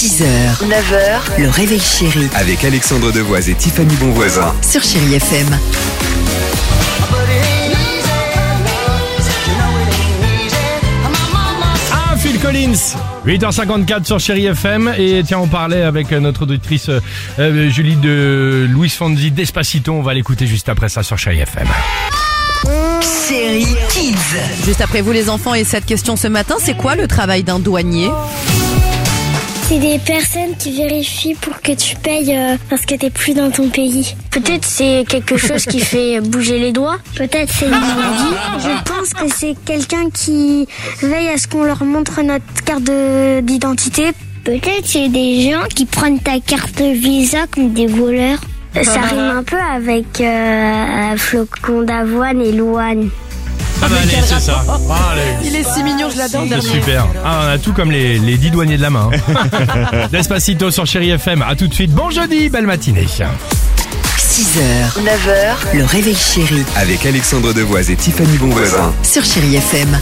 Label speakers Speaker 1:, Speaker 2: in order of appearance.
Speaker 1: 6h, 9h, le réveil chéri
Speaker 2: Avec Alexandre Devoise et Tiffany Bonvoisin.
Speaker 1: sur Chérie FM.
Speaker 3: Ah, Phil Collins 8h54 sur Chéri FM et tiens on parlait avec notre auditrice euh, euh, Julie de Louis Fonzi d'Espacito on va l'écouter juste après ça sur Chéri FM
Speaker 1: Chérie Kids.
Speaker 4: Juste après vous les enfants et cette question ce matin, c'est quoi le travail d'un douanier
Speaker 5: C'est des personnes qui vérifient pour que tu payes euh, parce que t'es plus dans ton pays. Peut-être c'est quelque chose qui fait bouger les doigts. Peut-être c'est une maladie. Je pense que c'est quelqu'un qui veille à ce qu'on leur montre notre carte de- d'identité. Peut-être c'est des gens qui prennent ta carte Visa comme des voleurs. Ça rime un peu avec euh, flocon d'avoine et louane.
Speaker 3: Ah bah allez c'est ça Ah, allez.
Speaker 4: Il est si mignon, je l'adore.
Speaker 3: C'est super Ah on a tout comme les, les 10 douaniers de la main hein. D'Espacito sur Chéri FM à tout de suite bon jeudi belle matinée
Speaker 1: 6h, 9h, le réveil chéri
Speaker 2: Avec Alexandre Devoise et Tiffany Bonvoisin.
Speaker 1: sur Chérie FM.